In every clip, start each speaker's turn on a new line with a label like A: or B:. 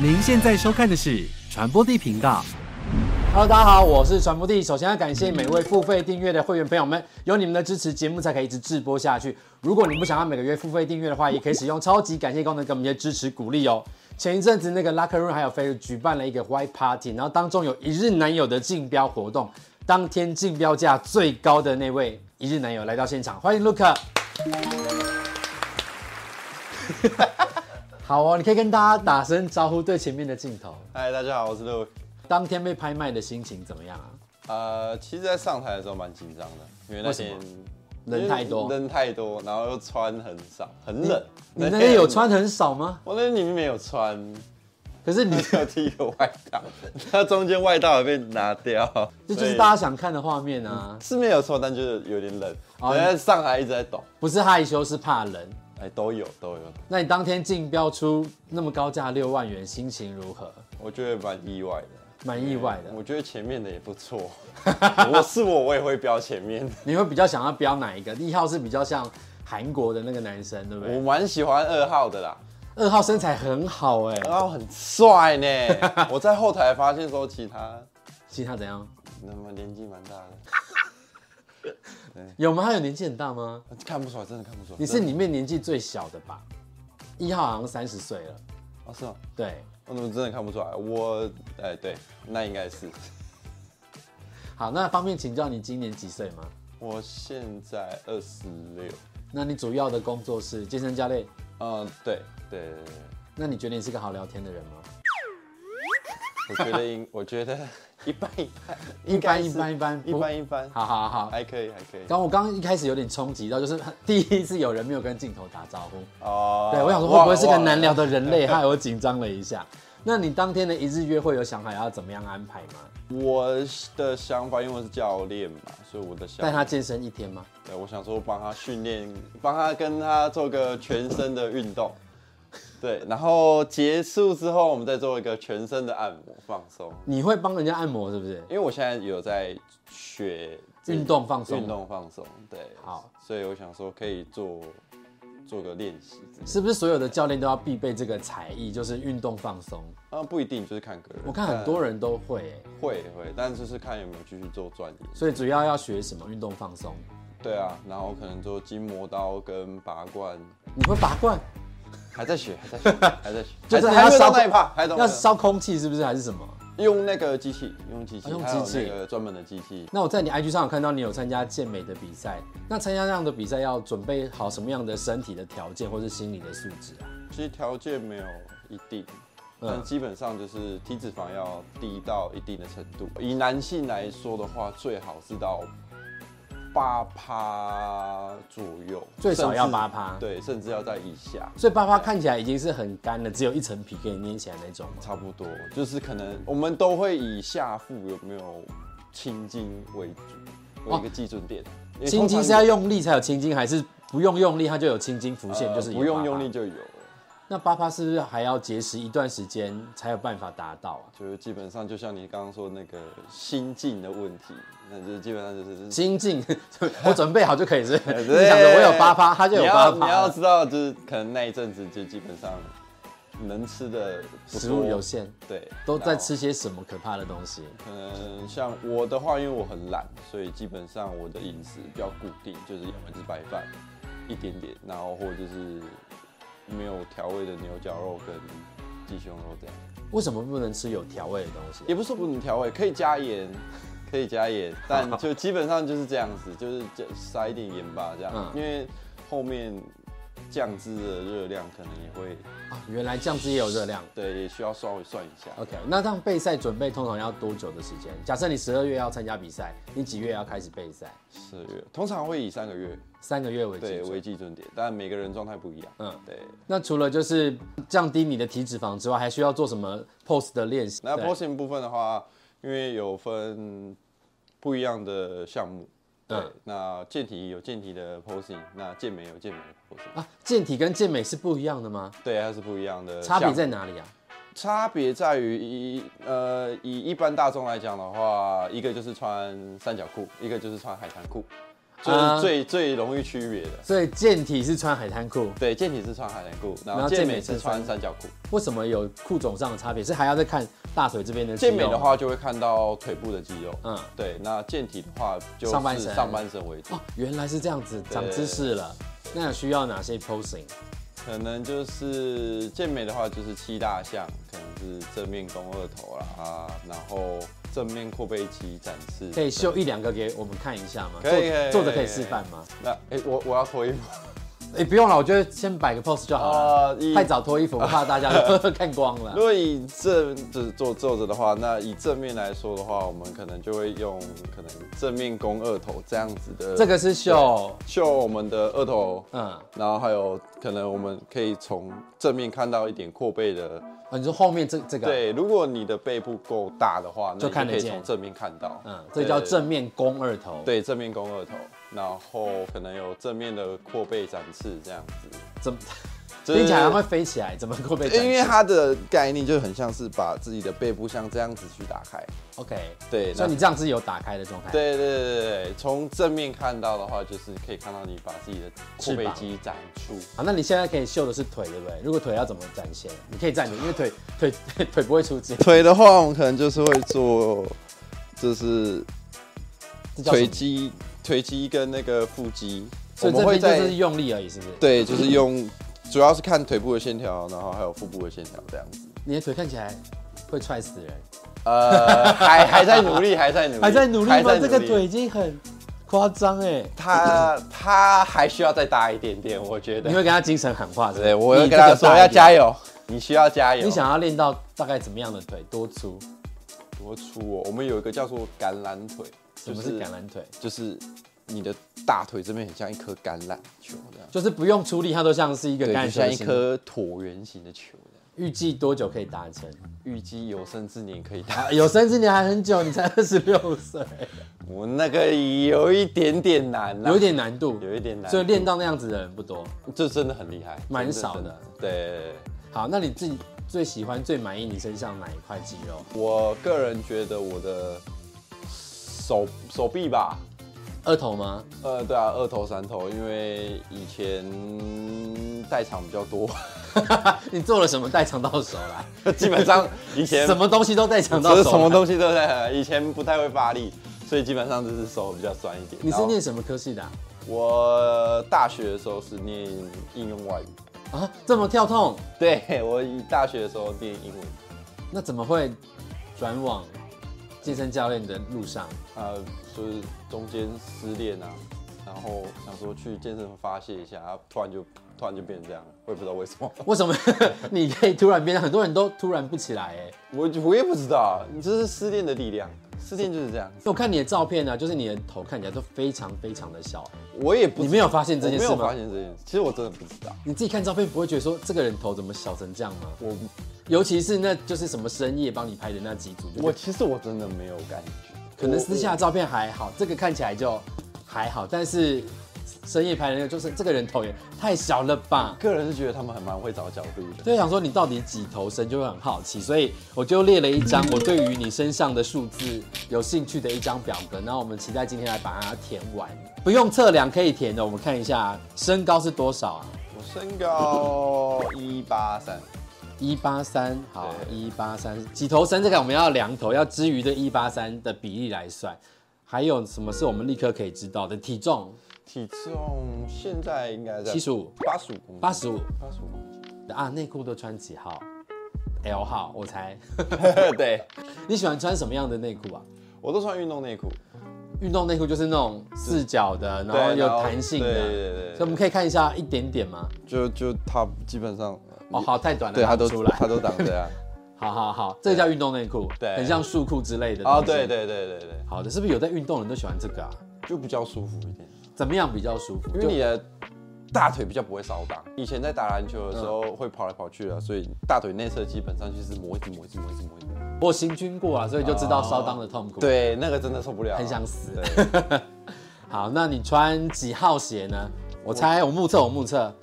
A: 您现在收看的是传播地频道。
B: Hello，大家好，我是传播帝。首先要感谢每位付费订阅的会员朋友们，有你们的支持，节目才可以一直直播下去。如果你不想要每个月付费订阅的话，也可以使用超级感谢功能给我们一些支持鼓励哦。前一阵子那个 Locker Room 还有 f a i r 举办了一个 White Party，然后当中有一日男友的竞标活动，当天竞标价最高的那位一日男友来到现场，欢迎 Luke。好哦，你可以跟大家打声招呼，对前面的镜头。
C: 嗨，大家好，我是 Luke。
B: 当天被拍卖的心情怎么样啊？
C: 呃，其实，在上台的时候蛮紧张的，因为那天
B: 为人太多
C: 因为人太多，然后又穿很少，很冷。
B: 你那天有穿？很少吗？
C: 我那天明明没有穿，
B: 可是你
C: 只有第一个外套， 它中间外套也被拿掉，
B: 这就
C: 所
B: 是
C: 以
B: 大家想看的画面啊，
C: 是没有错，但就是有点冷。
B: 哦
C: 我在上海一直在抖，
B: 不是害羞，是怕冷。
C: 哎，都有都有，
B: 那你当天竞标出那么高价六万元，心情如何？
C: 我觉得蛮意外的。
B: 蛮意外的。
C: 我觉得前面的也不错， 我是我，我也会标前面的。
B: 你会比较想要标哪一个？一号是比较像韩国的那个男生，对不
C: 我
B: 对？
C: 蛮喜欢二号的啦，
B: 二号身材很好哎、
C: 然后很帅呢。 我在后台发现说，其他
B: 其他怎样？
C: 那么年纪蛮大的，
B: 有吗？他有年纪很大吗？
C: 看不出来，真的看不出来。
B: 你是里面年纪最小的吧？一号好像三十岁了，
C: 哦，是吗？
B: 对。
C: 我怎么真的看不出来？我哎，对，那应该是。
B: 好，那方便请教你今年几岁吗？
C: 我现在二十六，
B: 那你主要的工作是健身教练？
C: 嗯，对对对对，
B: 那你觉得你是个好聊天的人吗？
C: 我觉得 应，我觉得一般一般，
B: 一
C: 应该
B: 般
C: 是
B: 一般一般
C: 一般一般，
B: 好好好，
C: 还可以还可 以。
B: 刚我刚刚一开始有点冲击到，就是第一次有人没有跟镜头打招呼，
C: 哦
B: 对我想说会不会是个难聊
C: 的？
B: 的人类，害我紧张了一下。那你当天的一日约会有想好要怎么样安排吗？
C: 我的想法，因为我是教练嘛，所以我的想
B: 带他健身一天吗？
C: 对，我想说帮他训练，帮他跟他做个全身的运动，对，然后结束之后，我们再做一个全身的按摩放松。
B: 你会帮人家按摩是不是？
C: 因为我现在有在学
B: 运动放松
C: 运动放松，对，
B: 好，
C: 所以我想说可以做做个练习之类的，
B: 是不是所有的教练都要必备这个才艺，就是运动放松？
C: 啊，不一定就是看个人，
B: 我看很多人都会欸、
C: 但会会，但就是看有没有继续做钻研，
B: 所以主要要学什么运动放松？
C: 对啊，然后可能做筋膜刀跟拔罐，
B: 你会拔罐，
C: 还在学，还在学，还在学，
B: 就是
C: 还
B: 还要
C: 没有
B: 烧
C: 到那一趴，还到那
B: 要
C: 一趴
B: 烧空气是不是还是什么？
C: 用那个机器，用机器，
B: 啊用
C: 它有
B: 机器
C: 那个专门的机器。
B: 那我在你 IG 上有看到你有参加健美的比赛，那参加这样的比赛要准备好什么样的身体的条件或是心理的素质啊？
C: 其实条件没有一定，
B: 嗯
C: 但基本上就是体脂肪要低到一定的程度。以男性来说的话，最好是到八趴左右，
B: 最少要
C: 甚至
B: 8%
C: 对，甚至要在以下。
B: 所以巴巴看起来已经是很干了，只有一层皮可以捏起来那种吗？
C: 差不多，就是可能我们都会以下腹有没有青筋为主，为一个基准点。因为
B: 哦青筋
C: 通常
B: 是要用力才有青筋，还是不用用力它就有青筋浮
C: 呃
B: 现，就是有
C: 不用
B: 巴巴
C: 用力。就有了。
B: 那巴巴是不是还要节食一段时间才有办法达到啊？
C: 就是基本上就像你刚刚说那个心境的问题，那就是基本上就是
B: 心境， 我准备好就可以是。
C: 对
B: 你想着我有巴巴，他就有啊
C: 你
B: 巴
C: 要你要
B: 巴。
C: 知道，就是可能那一阵子就基本上能吃的不多
B: 食物有，限，
C: 对，
B: 都在吃
C: 然
B: 些什么可怕的东西？
C: 后。可能像我的话，因为我很懒，所以基本上我的饮食比较固定，就是要么就是白饭一点点，然后或者就是没有调味的牛绞肉跟鸡胸肉这样。
B: 为什么不能吃有调味的东西？啊
C: 也不是说不能调味，可以加盐， 可以 加盐，但就基本上就是这样子，就是加撒一点盐吧，这样，
B: 嗯
C: 因为后面酱汁的热量可能也会，
B: 啊，原来酱汁也有热量。
C: 对，也需要稍微算一下。
B: OK，那这样备赛准备通常要多久的时间？假设你十二月要参加比赛，你几月要开始备赛？
C: 四月通常会以三个月
B: 三个月为基
C: 对
B: 准。
C: 为基准点，但每个人状态不一样。
B: 嗯
C: 嗯，对。
B: 那除了就是降低你的体脂肪之外，还需要做什么 pose 的练习？
C: 那
B: 对
C: posing 部分的话，因为有分不一样的项目，对，
B: 嗯
C: 那健体有健体的 posing，那健美有健美的 posing，、
B: 啊，健体跟健美是不一样的吗？
C: 对，它是不一样的
B: 差
C: 项
B: 别
C: 目
B: 在哪里啊？
C: 差别在于一呃，以一般大众来讲的话，一个就是穿三角裤，一个就是穿海滩裤。
B: 啊
C: 就是最最容易区别的。
B: 所以健体是穿海滩裤，
C: 对，健体是穿海南裤，
B: 然
C: 然后
B: 后
C: 健
B: 健美
C: 美
B: 是
C: 是
B: 穿
C: 穿三角裤。
B: 为什么有裤种上的差别？是还要再看大腿这边的肌
C: 健
B: 肉
C: 美的，话就会看到腿部的肌肉，
B: 嗯
C: 嗯，对。那健体的话就是
B: 上半身
C: 上半身为主
B: 哦，，原来是这样子，长知识了。那有需要哪些 posing？
C: 可能就是健美的话就是七大项，可能是正面肱二头啦，啊，然后正面阔背肌展示，
B: 可以秀一两个给我们看一下吗？
C: 可以可以
B: 坐坐着可以示范吗？
C: 那哎、我我要脱衣服。
B: 哎，不用了，我觉得先摆个 pose 就好了。
C: 啊，以
B: 太早脱衣服，我 怕大家 都看光
C: 如
B: 了。
C: 果以正就是坐坐着的话，那以正面来说的话，我们可能就会用可能正面肱二头这样子的，
B: 这个是秀，
C: 秀我们的二头，
B: 嗯，
C: 然后还有可能我们可以从正面看到一点阔背的。
B: 啊你说后面这这个，，
C: 对，如果你的背部够大的话，那
B: 就
C: 你
B: 看得
C: 可以
B: 见
C: 从正面看到。
B: 嗯，这叫正面肱二头。，
C: 对正面肱二头，然后可能有正面的阔背展翅这样子。
B: 怎么
C: 就是
B: 听起来会飞起来？怎么会被展示？
C: 因为它的概念就很像是把自己的背部像这样子去打开。
B: OK，
C: 对，
B: 所以
C: 那
B: 你这样是有打开的状态。，
C: 对对对对对，从正面看到的话，就是可以看到你把自己的阔背肌展出。
B: 好，那你现在可以秀的是腿，对不对？如果腿要怎么展现？你可以站着，因为腿腿 腿不会出筋。
C: 腿的话，我们可能就是会做，就是
B: 这叫什
C: 腿
B: 么，
C: 肌、腿肌跟那个腹肌，
B: 所以这边就是用力而已，是不是？，
C: 对，就是用，主要是看腿部的线条，然后还有腹部的线条这样子。
B: 你的腿看起来会踹死人，
C: 呃，还还在努力，还在努力，
B: 还在努力
C: 还
B: 吗？
C: 在
B: 这
C: 努
B: 个
C: 力
B: 腿已经很夸张哎。
C: 他他还需要再大一点点，我觉
B: 你
C: 得。
B: 会跟他精神喊话，是不是
C: 对，我要
B: 你
C: 跟他
B: 这个
C: 说
B: 大一
C: 要
B: 点
C: 加油，你需要加油。
B: 你想要练到大概怎么样的腿？多粗？
C: 多粗哦？我们有一个叫做橄榄腿，
B: 什么是橄榄腿？
C: 就是你的大腿这边很像一颗橄榄球这样，
B: 就是不用出力，它都像是一个
C: 对，
B: 橄榄
C: 就
B: 球
C: 像
B: 的
C: 一
B: 形。
C: 颗椭圆形的球这样。
B: 预计多久可以达成？
C: 预计有生之年可以打。
B: 啊有生之年还很久， 你才二十六岁，
C: 我那个有一点点难啦，
B: 有一点难度，
C: 有一点难度
B: 所以练到那样子的人不多。
C: 这真的很厉害，
B: 蛮
C: 真
B: 少的。
C: 真对，
B: 好，那你自己最喜欢、最满意你身上哪一块肌肉？
C: 我个人觉得我的手手臂吧，
B: 二头吗？
C: 呃，对啊，二头三头，因为以前代偿比较多，
B: 你做了什么代偿到手来？
C: 基本上以 前
B: 什么东西都代偿到
C: 就是
B: 手。
C: 什么？东西都在，以前不太会发力，所以基本上就是手比较酸一点。
B: 你
C: 然
B: 是
C: 后
B: 念什么科系的啊？
C: 我大学的时候是念应用外语，
B: 啊这么跳痛，
C: 对我一大学的时候念英文，
B: 那怎么会转往健身教练的路上？
C: 啊、就是中间失恋啊，然后想说去健身房发泄一下，啊突然就突然就变成这样了，我也不知道为什么，
B: 为什么 你可以突然变？很多人都突然不起来哎、
C: 我我也不知道，这是失恋的力量，失恋就是这样。
B: 我看你的照片呢、啊就是你的头看起来都非常非常的小。
C: 我也不
B: 你没有发现这件事吗
C: 我没有发现这件事，其实我真的不知道。
B: 你自己看照片不会觉得说这个人头怎么小成这样吗？
C: 我
B: 尤其是那就是什么深夜帮你拍的那几组，就
C: 我
B: 我
C: 其实我真的没有感觉，
B: 可能
C: 我
B: 私下照片还好，这个看起来就还好，但是深夜拍的那个就是这个人头也太小了吧
C: 我。个人是觉得他们还蛮会找角度的。
B: 所以想说你到底几头身，就会很好奇，所以我就列了一张我对于你身上的数字有兴趣的一张表格，然后我们期待今天来把它填完，不用测量可以填哦的，我们看一下身高是多少啊？
C: 我身高一八三，
B: 一八三，好，
C: 对
B: 一八三几头身这个我们要量头，要之余的一八三的比例来算。还有什么是我们立刻可以知道的？体重
C: 体重现在应该在
B: 75
C: 八十五公斤，
B: 八十五
C: 八十五公斤。
B: 啊，内裤都穿几号？L 号，我猜。
C: 对，
B: 你喜欢穿什么样的内裤啊？
C: 我都穿运动内裤，
B: 运动内裤就是那种四角的，然后
C: 对
B: 有
C: 然后
B: 弹性的。
C: 对对对对
B: 所以我们可以看一下一点点吗？
C: 就就它基本上
B: 哦，好，太短了，
C: 对它
B: 拿不
C: 都
B: 出来。
C: 它都挡 这样。
B: 好好好，这个叫运动内裤，
C: 对
B: 很像束裤之类的。
C: 啊，对。对对对对，
B: 好的，是不是有在运动的人都喜欢这个啊？
C: 就比较舒服一点。
B: 怎么样比较舒服？
C: 因为你的大腿比较不会少挡。以前在打篮球的时候会跑来跑去的，所以大腿内侧基本上就是磨一直磨一直磨一直磨一直磨。
B: 我有行军过啊，所以就知道烧裆的痛苦。，
C: 哦对，那个真的受不了，啊
B: 很想死
C: 对，
B: 好，那你穿几号鞋呢？我猜，我目测，我目测，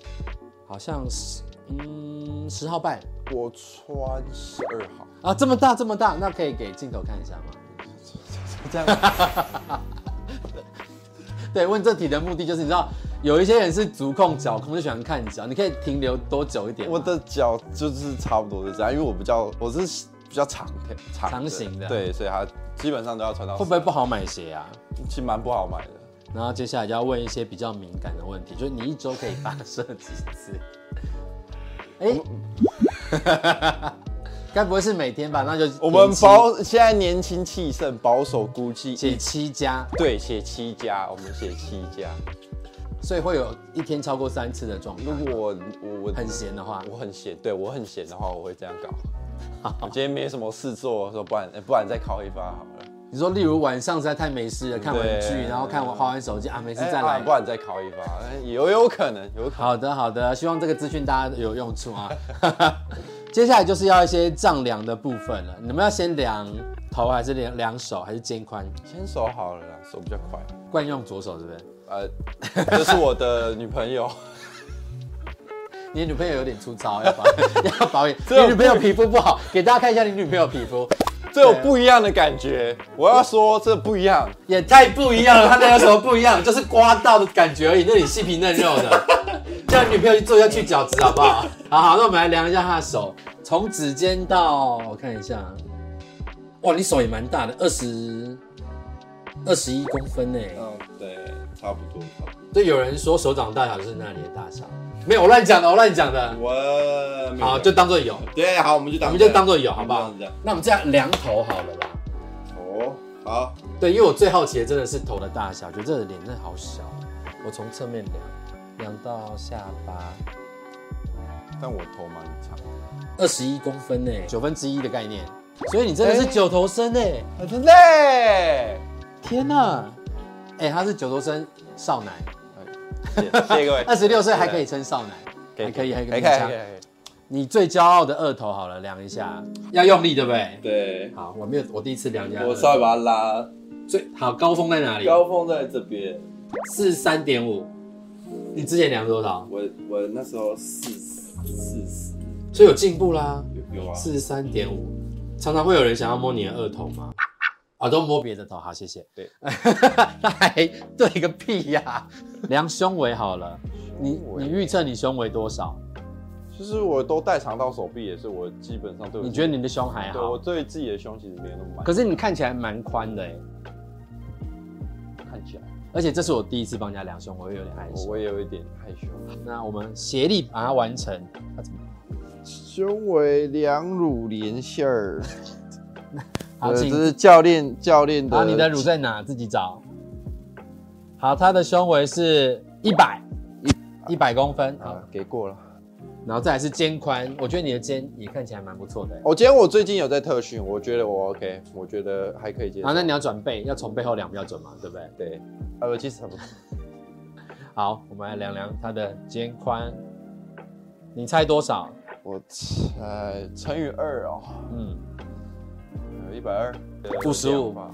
B: 好像是，嗯，十号半
C: 我穿十二号，
B: 啊，这么大，这么大，那 可以给镜头看一下吗？
C: 这样
B: 对，问这题的目的就是你知道，有一些人是足控脚控，就喜欢看脚，你可以停留多久一点吗？
C: 我的脚就是差不多是这样，因为我比较我是比较长的长
B: 长型的
C: 对，所以它基本上都要穿到。
B: 会不会不？好买鞋啊？
C: 其实蛮不好买的。
B: 然后接下来就要问一些比较敏感的问题，就是你一周可以发射几次？哎、 该不会是每天吧？那就
C: 我们
B: 延期
C: 保现在年轻气盛，保守估计
B: 写七加，
C: 对写七家，我们写七家。
B: 所以会有一天超过三次的状况。
C: 如果我我我
B: 很闲的话
C: 我很闲，对我很闲的话，我会这样搞。我今天没什么事做，说不然、哎不然再考一发好了。
B: 你说，例如晚上实在太没事了，看完剧，
C: 嗯对
B: 然后看完花完手机啊，没事
C: 哎
B: 再
C: 啊
B: 来。
C: 不然再考一发，哎有有可能，有可能。
B: 好的，好的，希望这个资讯大家有用处啊。 接下来就是要一些丈量的部分了，你们要先量头还是量量手还是肩宽？
C: 先手好了啦，手比较快。
B: 惯用左手是不是？
C: 呃， 这是我的女朋友，
B: 你女朋友有点粗糙，要保 要保养。
C: 这
B: 你
C: 有
B: 女朋友皮肤不好，给大家看一下你女朋友皮肤，
C: 这有不一样的感觉。我要说这不一样，
B: 也太不一样了。她那有什么不一样？就是刮到的感觉而已，那里细皮嫩肉 的。叫你女朋友去做一下去角质好不好？好好，那我们来量一下她的手，从指尖到我看一下，哇，你手也蛮大的，二十二十一公分呢。
C: 嗯，对，差不多。差不多
B: 所以有人说手掌大小就是那里的大小，没有，我乱讲的，我乱讲的。
C: 我没有
B: 好，就当做有，
C: 对，好，我们就
B: 我
C: 当
B: 们就当做有，好不
C: 我
B: 好
C: 们就当？
B: 那我们这样量头好了吧？
C: 哦，好，
B: 对，因为我最好奇的真的是头的大小，觉得这个脸真的好小。哦我从侧面量，量到下巴
C: 但我头蛮长的，
B: 二十一公分呢，欸九分之一的概念。所以你真的是
C: 哎
B: 九头身呢、欸
C: 啊真的耶。
B: 天哪、哎、他是九头身少男，
C: 谢谢各位，
B: 二十六岁还可以称少男，还可以，还可以，还可以。你最骄傲的二头好了，量一下，要用力对不对？
C: 对，
B: 好，我没有，我第一次量一下。
C: 我稍微把它拉，
B: 最好高峰在哪里？
C: 高峰在这边，
B: 四三点五。你之前量多少？
C: 我我那时候四四十
B: 所以有进步啦。
C: 有有啊，
B: 四十三点五，常常会有人想要摸你的二头吗？啊，都摸别的头，好，谢谢。
C: 对，
B: 他还对个屁呀、量胸围好了，你
C: 胸围
B: 你预测你胸围多少？
C: 就是我都代偿到手臂，也是我基本上对我
B: 你觉得你的胸还
C: 对我
B: 好？
C: 对自己的胸其实没有那么满
B: 可是你看起来蛮宽的哎、
C: 看起来，
B: 而且这是我第一次帮人家量胸，我会有点害
C: 我
B: 羞。
C: 我也有一点害羞。
B: 那我们协力把它完成，啊怎么
C: 胸围两乳连线儿，呃
B: 好，请啊
C: 教练教练
B: 好，你的乳在哪？自己找。好，他的胸围是一百一一百公分，好，，
C: 啊给过了。
B: 然后再来是肩宽，我觉得你的肩也看起来蛮不错的。
C: 我、哦今天我最近有在特训，我觉得我 OK，我觉得还可以接受。
B: 然后啊那你要转背，要从背后量比较准嘛，对不对？
C: 对，呃，其实差不多。
B: 好，我们来量量他的肩宽，你猜多少？
C: 我呃乘以二哦，
B: 嗯，
C: 一百二，
B: 55
C: 吧，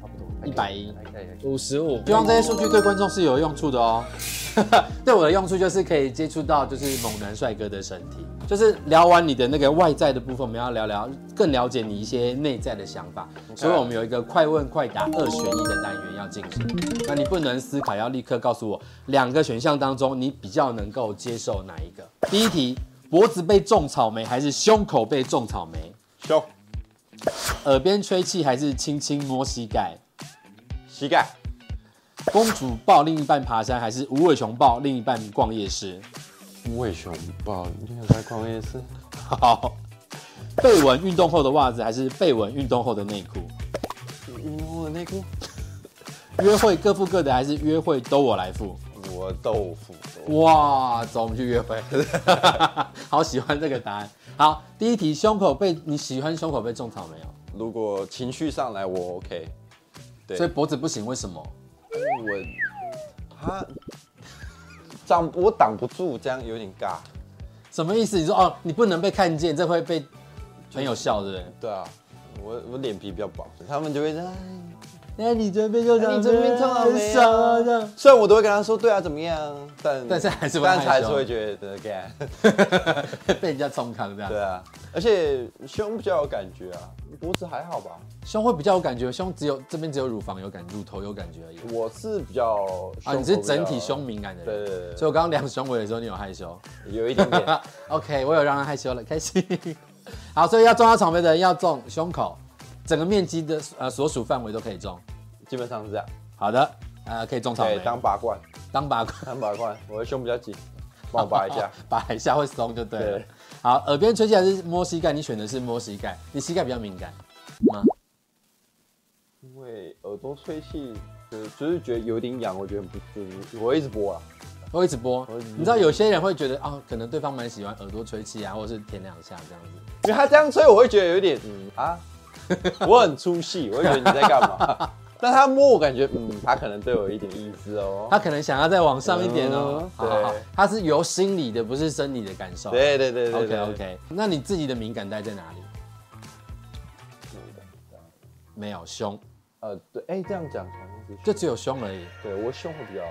C: 差不多，
B: 110
C: 还可以，还可以
B: 五十五。希望这些数据对观众是有用处的哦。 对我的用处就是可以接触到就是猛男帅哥的身体。就是聊完你的那个外在的部分，我们要聊聊更了解你一些内在的想法。所以我们有一个快问快答二选一的单元要进行。那你不能思考，要立刻告诉我两个选项当中你比较能够接受哪一个。第一题，脖子被种草莓还是胸口被种草莓？
C: 胸、
B: 耳边吹气还是轻轻摸膝盖？
C: 膝盖、
B: 公主抱另一半爬山，还是无尾熊抱另一半逛夜市？
C: 无尾熊抱，你有在逛夜市？
B: 好，背纹运动后的袜子，还是背纹运动后的内裤？
C: 运动的内裤？
B: 约会各付各的，还是约会都我来付？
C: 我豆腐，我
B: 哇，走，我们去约会。 好喜欢这个答案。好，第一题，胸口被你喜欢胸口被种草没有？
C: 如果情绪上来我 OK，对
B: 所以脖子不行，为什么？
C: 我他挡我挡不住，这样有点尬。
B: 什么意思？你说哦，你不能被看见，这会被很有效，对不对？
C: 对啊，我我脸皮比较薄，他们就会在
B: 那哎你这边就长
C: 你这边痛啊
B: 很
C: 没啊
B: 爽啊这样。
C: 虽然我都会跟他说对啊怎么样，但
B: 但是还是会
C: 但
B: 害
C: 还
B: 羞
C: 是会觉得啊干，
B: 被人家冲康这样
C: 对，啊，而且胸比较有感觉啊，脖子还好吧？
B: 胸会比较有感觉，胸只有这边只有乳房有感觉，乳头有感觉而已。
C: 我是比较
B: 啊，你是整体胸，敏感的人，
C: 对对对
B: 所以我刚刚量胸围的时候你有害羞。
C: 有一点点，
B: OK，我有让他害羞了，开心。 好，所以要中到草莓的人要中胸口，整个面积的呃所属范围都可以中。
C: 基本上是这样。
B: 好的，呃，可以 中草莓
C: 对，，当拔罐，
B: 当把关，
C: 当拔罐，我的胸比较紧，帮我拔一下。
B: 拔一下会松就对了。
C: 对
B: 好，耳边吹气还是摸膝盖？你选的是摸膝盖，你膝盖比较敏感吗？
C: 因为耳朵吹气，呃就是觉得有点痒，我觉得不就是我会一直播啊，
B: 我会一直播
C: 我会一直，
B: 你
C: 播
B: 知道有些人会觉得啊、可能对方蛮喜欢耳朵吹气啊，或者是舔两下这样子。
C: 因为他这样吹，我会觉得有点嗯 啊，我很出戏，我会觉得你在干嘛？但他摸我感觉嗯，他可能对我有一点意思哦。
B: 他可能想要再往上一点哦
C: 嗯。
B: 好好好
C: 对，
B: 他是由心理的，不是生理的感受。
C: 对对对对
B: OK
C: 对
B: OK，那你自己的敏感带在哪里？没有胸，
C: 呃对，哎这样讲好像是
B: 就只有胸而已。
C: 对我胸会比较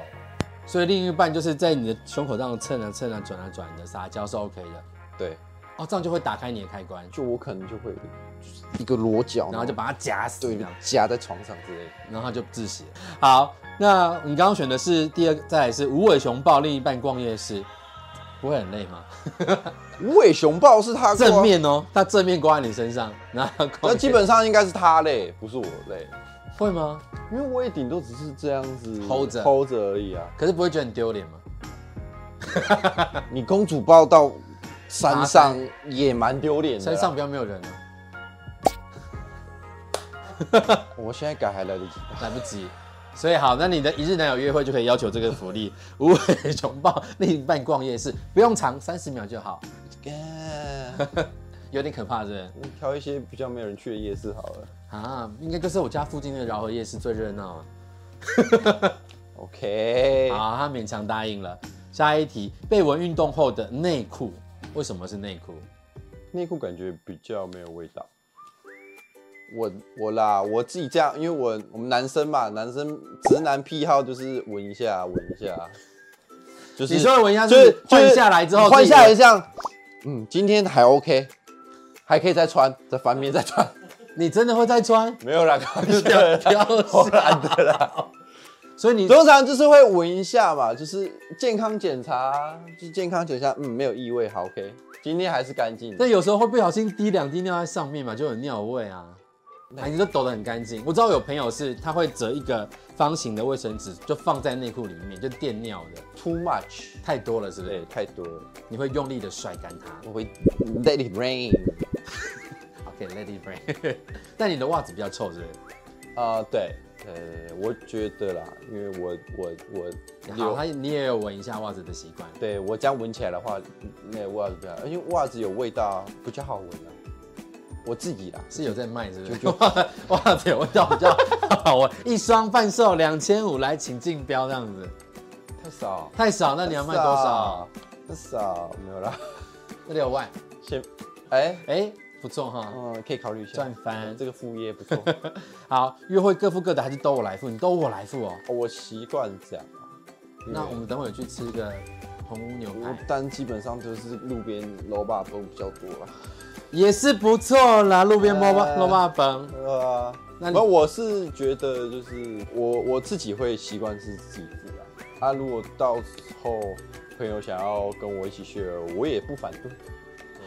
B: 所以另一半就是在你的胸口上蹭啊蹭啊转啊转的撒娇是 OK 的。
C: 对，
B: 哦，这样就会打开你的开关，
C: 就我可能就会就是一个裸脚，
B: 然后就把它夹死，
C: 对
B: 这样，
C: 夹在床上之类的。
B: 然后他就窒息了。好，那你刚刚选的是第二个，再来是无尾熊抱另一半逛夜市，不会很累吗？
C: 无尾熊抱是他
B: 正，面哦，他正面刮在你身上，然后
C: 那
B: 逛
C: 基本上应该是他累，不是我累。
B: 会吗？
C: 因为我也顶多只是这样子
B: Hold 着
C: hold 着而已啊。
B: 可是不会觉得很丢脸吗？
C: 你公主抱到山
B: 上
C: 上也蛮丢脸的。
B: 山上，比较没有人啊，
C: 我现在改还来 得及。
B: 来不及。所以好，那你的一日男友约会就可以要求这个福利： 无尾熊抱另一半逛夜市，不用长，三十秒就好。
C: 干
B: 有点可怕，是不是？
C: 你挑一些比较没有人去的夜市好了。
B: 啊，应该就是我家附近的饶河夜市最热闹啊。
C: OK，
B: 好，他勉强答应了。下一题，被闻运动后的内裤，为什么是内裤？
C: 内裤感觉比较没有味道。我我啦，我自己这样，因为我我们男生嘛，男生直男癖好就是闻一下，闻一下，就是
B: 你说的闻一下
C: 就是
B: 是换下来之后
C: 换
B: 自己
C: 下来
B: 闻
C: 这样，嗯，今天还 OK，还可以再穿，再翻面再穿，
B: 你真的会再穿？
C: 没 有啦，开玩笑
B: 掉
C: 的啦
B: 掉
C: 偷懒的啦。
B: 所以你
C: 通常就是会闻一下嘛，就是健康检查，就健康检查，嗯，没有异味，好 OK，今天还是干净
B: 那
C: 的。
B: 有时候会不小心滴两滴尿在上面嘛，就有尿味啊。哎，你都抖得很干净。我知道有朋友是他会折一个方形的卫生纸，就放在内裤里面，就垫尿的，
C: Too much，
B: 太多了，是不
C: 对
B: 是，？
C: 太多了，
B: 你会用力的甩干它。
C: 我会 let it rain。
B: OK，Let、it rain。但 你的袜子比较臭，是不是？
C: 啊、对，呃，我觉得啦，因为我我我
B: 好，他
C: 流，
B: 你也有闻一下袜子的习惯。
C: 对我这样闻起来的话，那袜子比较，因为袜子有味道啊，比较好闻啊。我自己啦，
B: 是有在卖，是不是？ 袜子有味道比较好闻，一双半售两千五，来请竞标这样子，
C: 太少，
B: 太少，那你要卖多少？？
C: 太少，没有啦。
B: 那六万，
C: 先，哎、
B: 哎、不错哈。
C: 嗯，可以考虑一下
B: 赚翻
C: 嗯这个副 业不错、
B: 好，约会各付各的，还是都我来付？你都我来付哦。
C: 哦我习惯这样啊。因为
B: 那我们等会去吃个红屋牛
C: 我
B: 排，
C: 但基本上都是路边楼霸都比较多啊啦。
B: 也是不错啦。路边摸吧
C: 呃
B: 摸吧崩，
C: 对啊，
B: 那你
C: 那我是觉得就是我我自己会习惯是自己付啦。啊，如果到时候朋友想要跟我一起 share，我也不反对。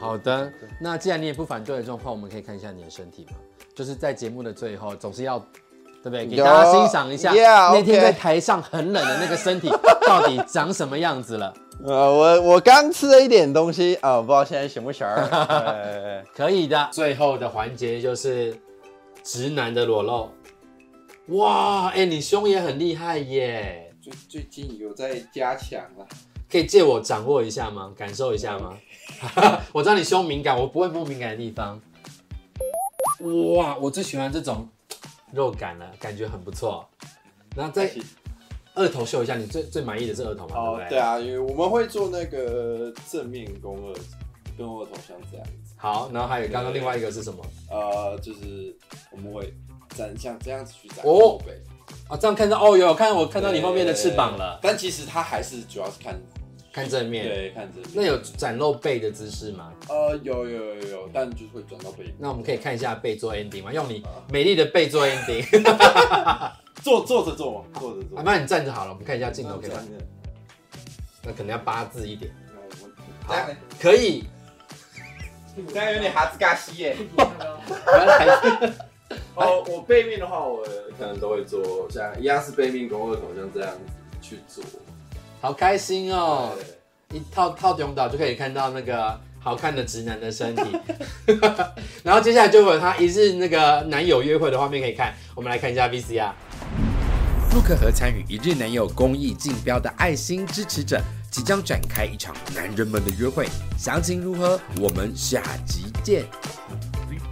B: 好的。那既然你也不反对的状况，我们可以看一下你的身体嘛。就是在节目的最后，总是要对不对？给
C: 有
B: 大家欣赏一下
C: Yeah，
B: 那天
C: OK
B: 在台上很冷的那个身体到底长什么样子了。
C: 呃，我我刚吃了一点东西啊，我不知道现在行不行儿。 哎
B: 可以的。最后的环节就是直男的裸露。哇，哎、你胸也很厉害耶，
C: 最最近有在加强了，
B: 可以借我掌握一下吗？感受一下 吗？我知道你胸敏感，我不会摸敏感的地方。哇，我最喜欢这种肉感了，感觉很不错。然后再二头秀一下，你最最满意的是二头嘛？
C: 哦
B: 对不，
C: 对。啊，因为我们会做那个正面肱二，肱二头像这样子，
B: 好，然后还有刚刚另外一个是什么？
C: 呃，就是我们会展，像这样子去展
B: 哦
C: 后背。
B: 啊，这样看到哦，有有看我看到你后面的翅膀了，
C: 但其实它还是主要是看
B: 看正面。
C: 对看这边。
B: 那有展露背的姿势吗？
C: 呃有有有有，但就是会转到背部，
B: 那我们可以看一下背做 ending 吗？用你美丽的背做 ending。
C: 坐坐着做嘛，坐着做
B: 阿。妈，你站着好了，我们看一下
D: 啊
B: 镜头，可以
C: 这
B: 吗
C: 样？子
B: 那可能要八字一点，
C: 那我
B: 好，可以。
C: 这样有点哈兹嘎西耶。
B: 原来
C: 哦，我背面的话，我可能都会做，像一样是背面跟二头像这样子去做。
B: 好开心哦！
C: 对
B: 一套套中岛就可以看到那个好看的直男的身体， 然后接下来就有他一日那个男友约会的画面可以看，我们来看一下 VCR。
D: Look 和参与一日男友公益竞标的爱心支持者，即将展开一场男人们的约会，详情如何？我们下集见。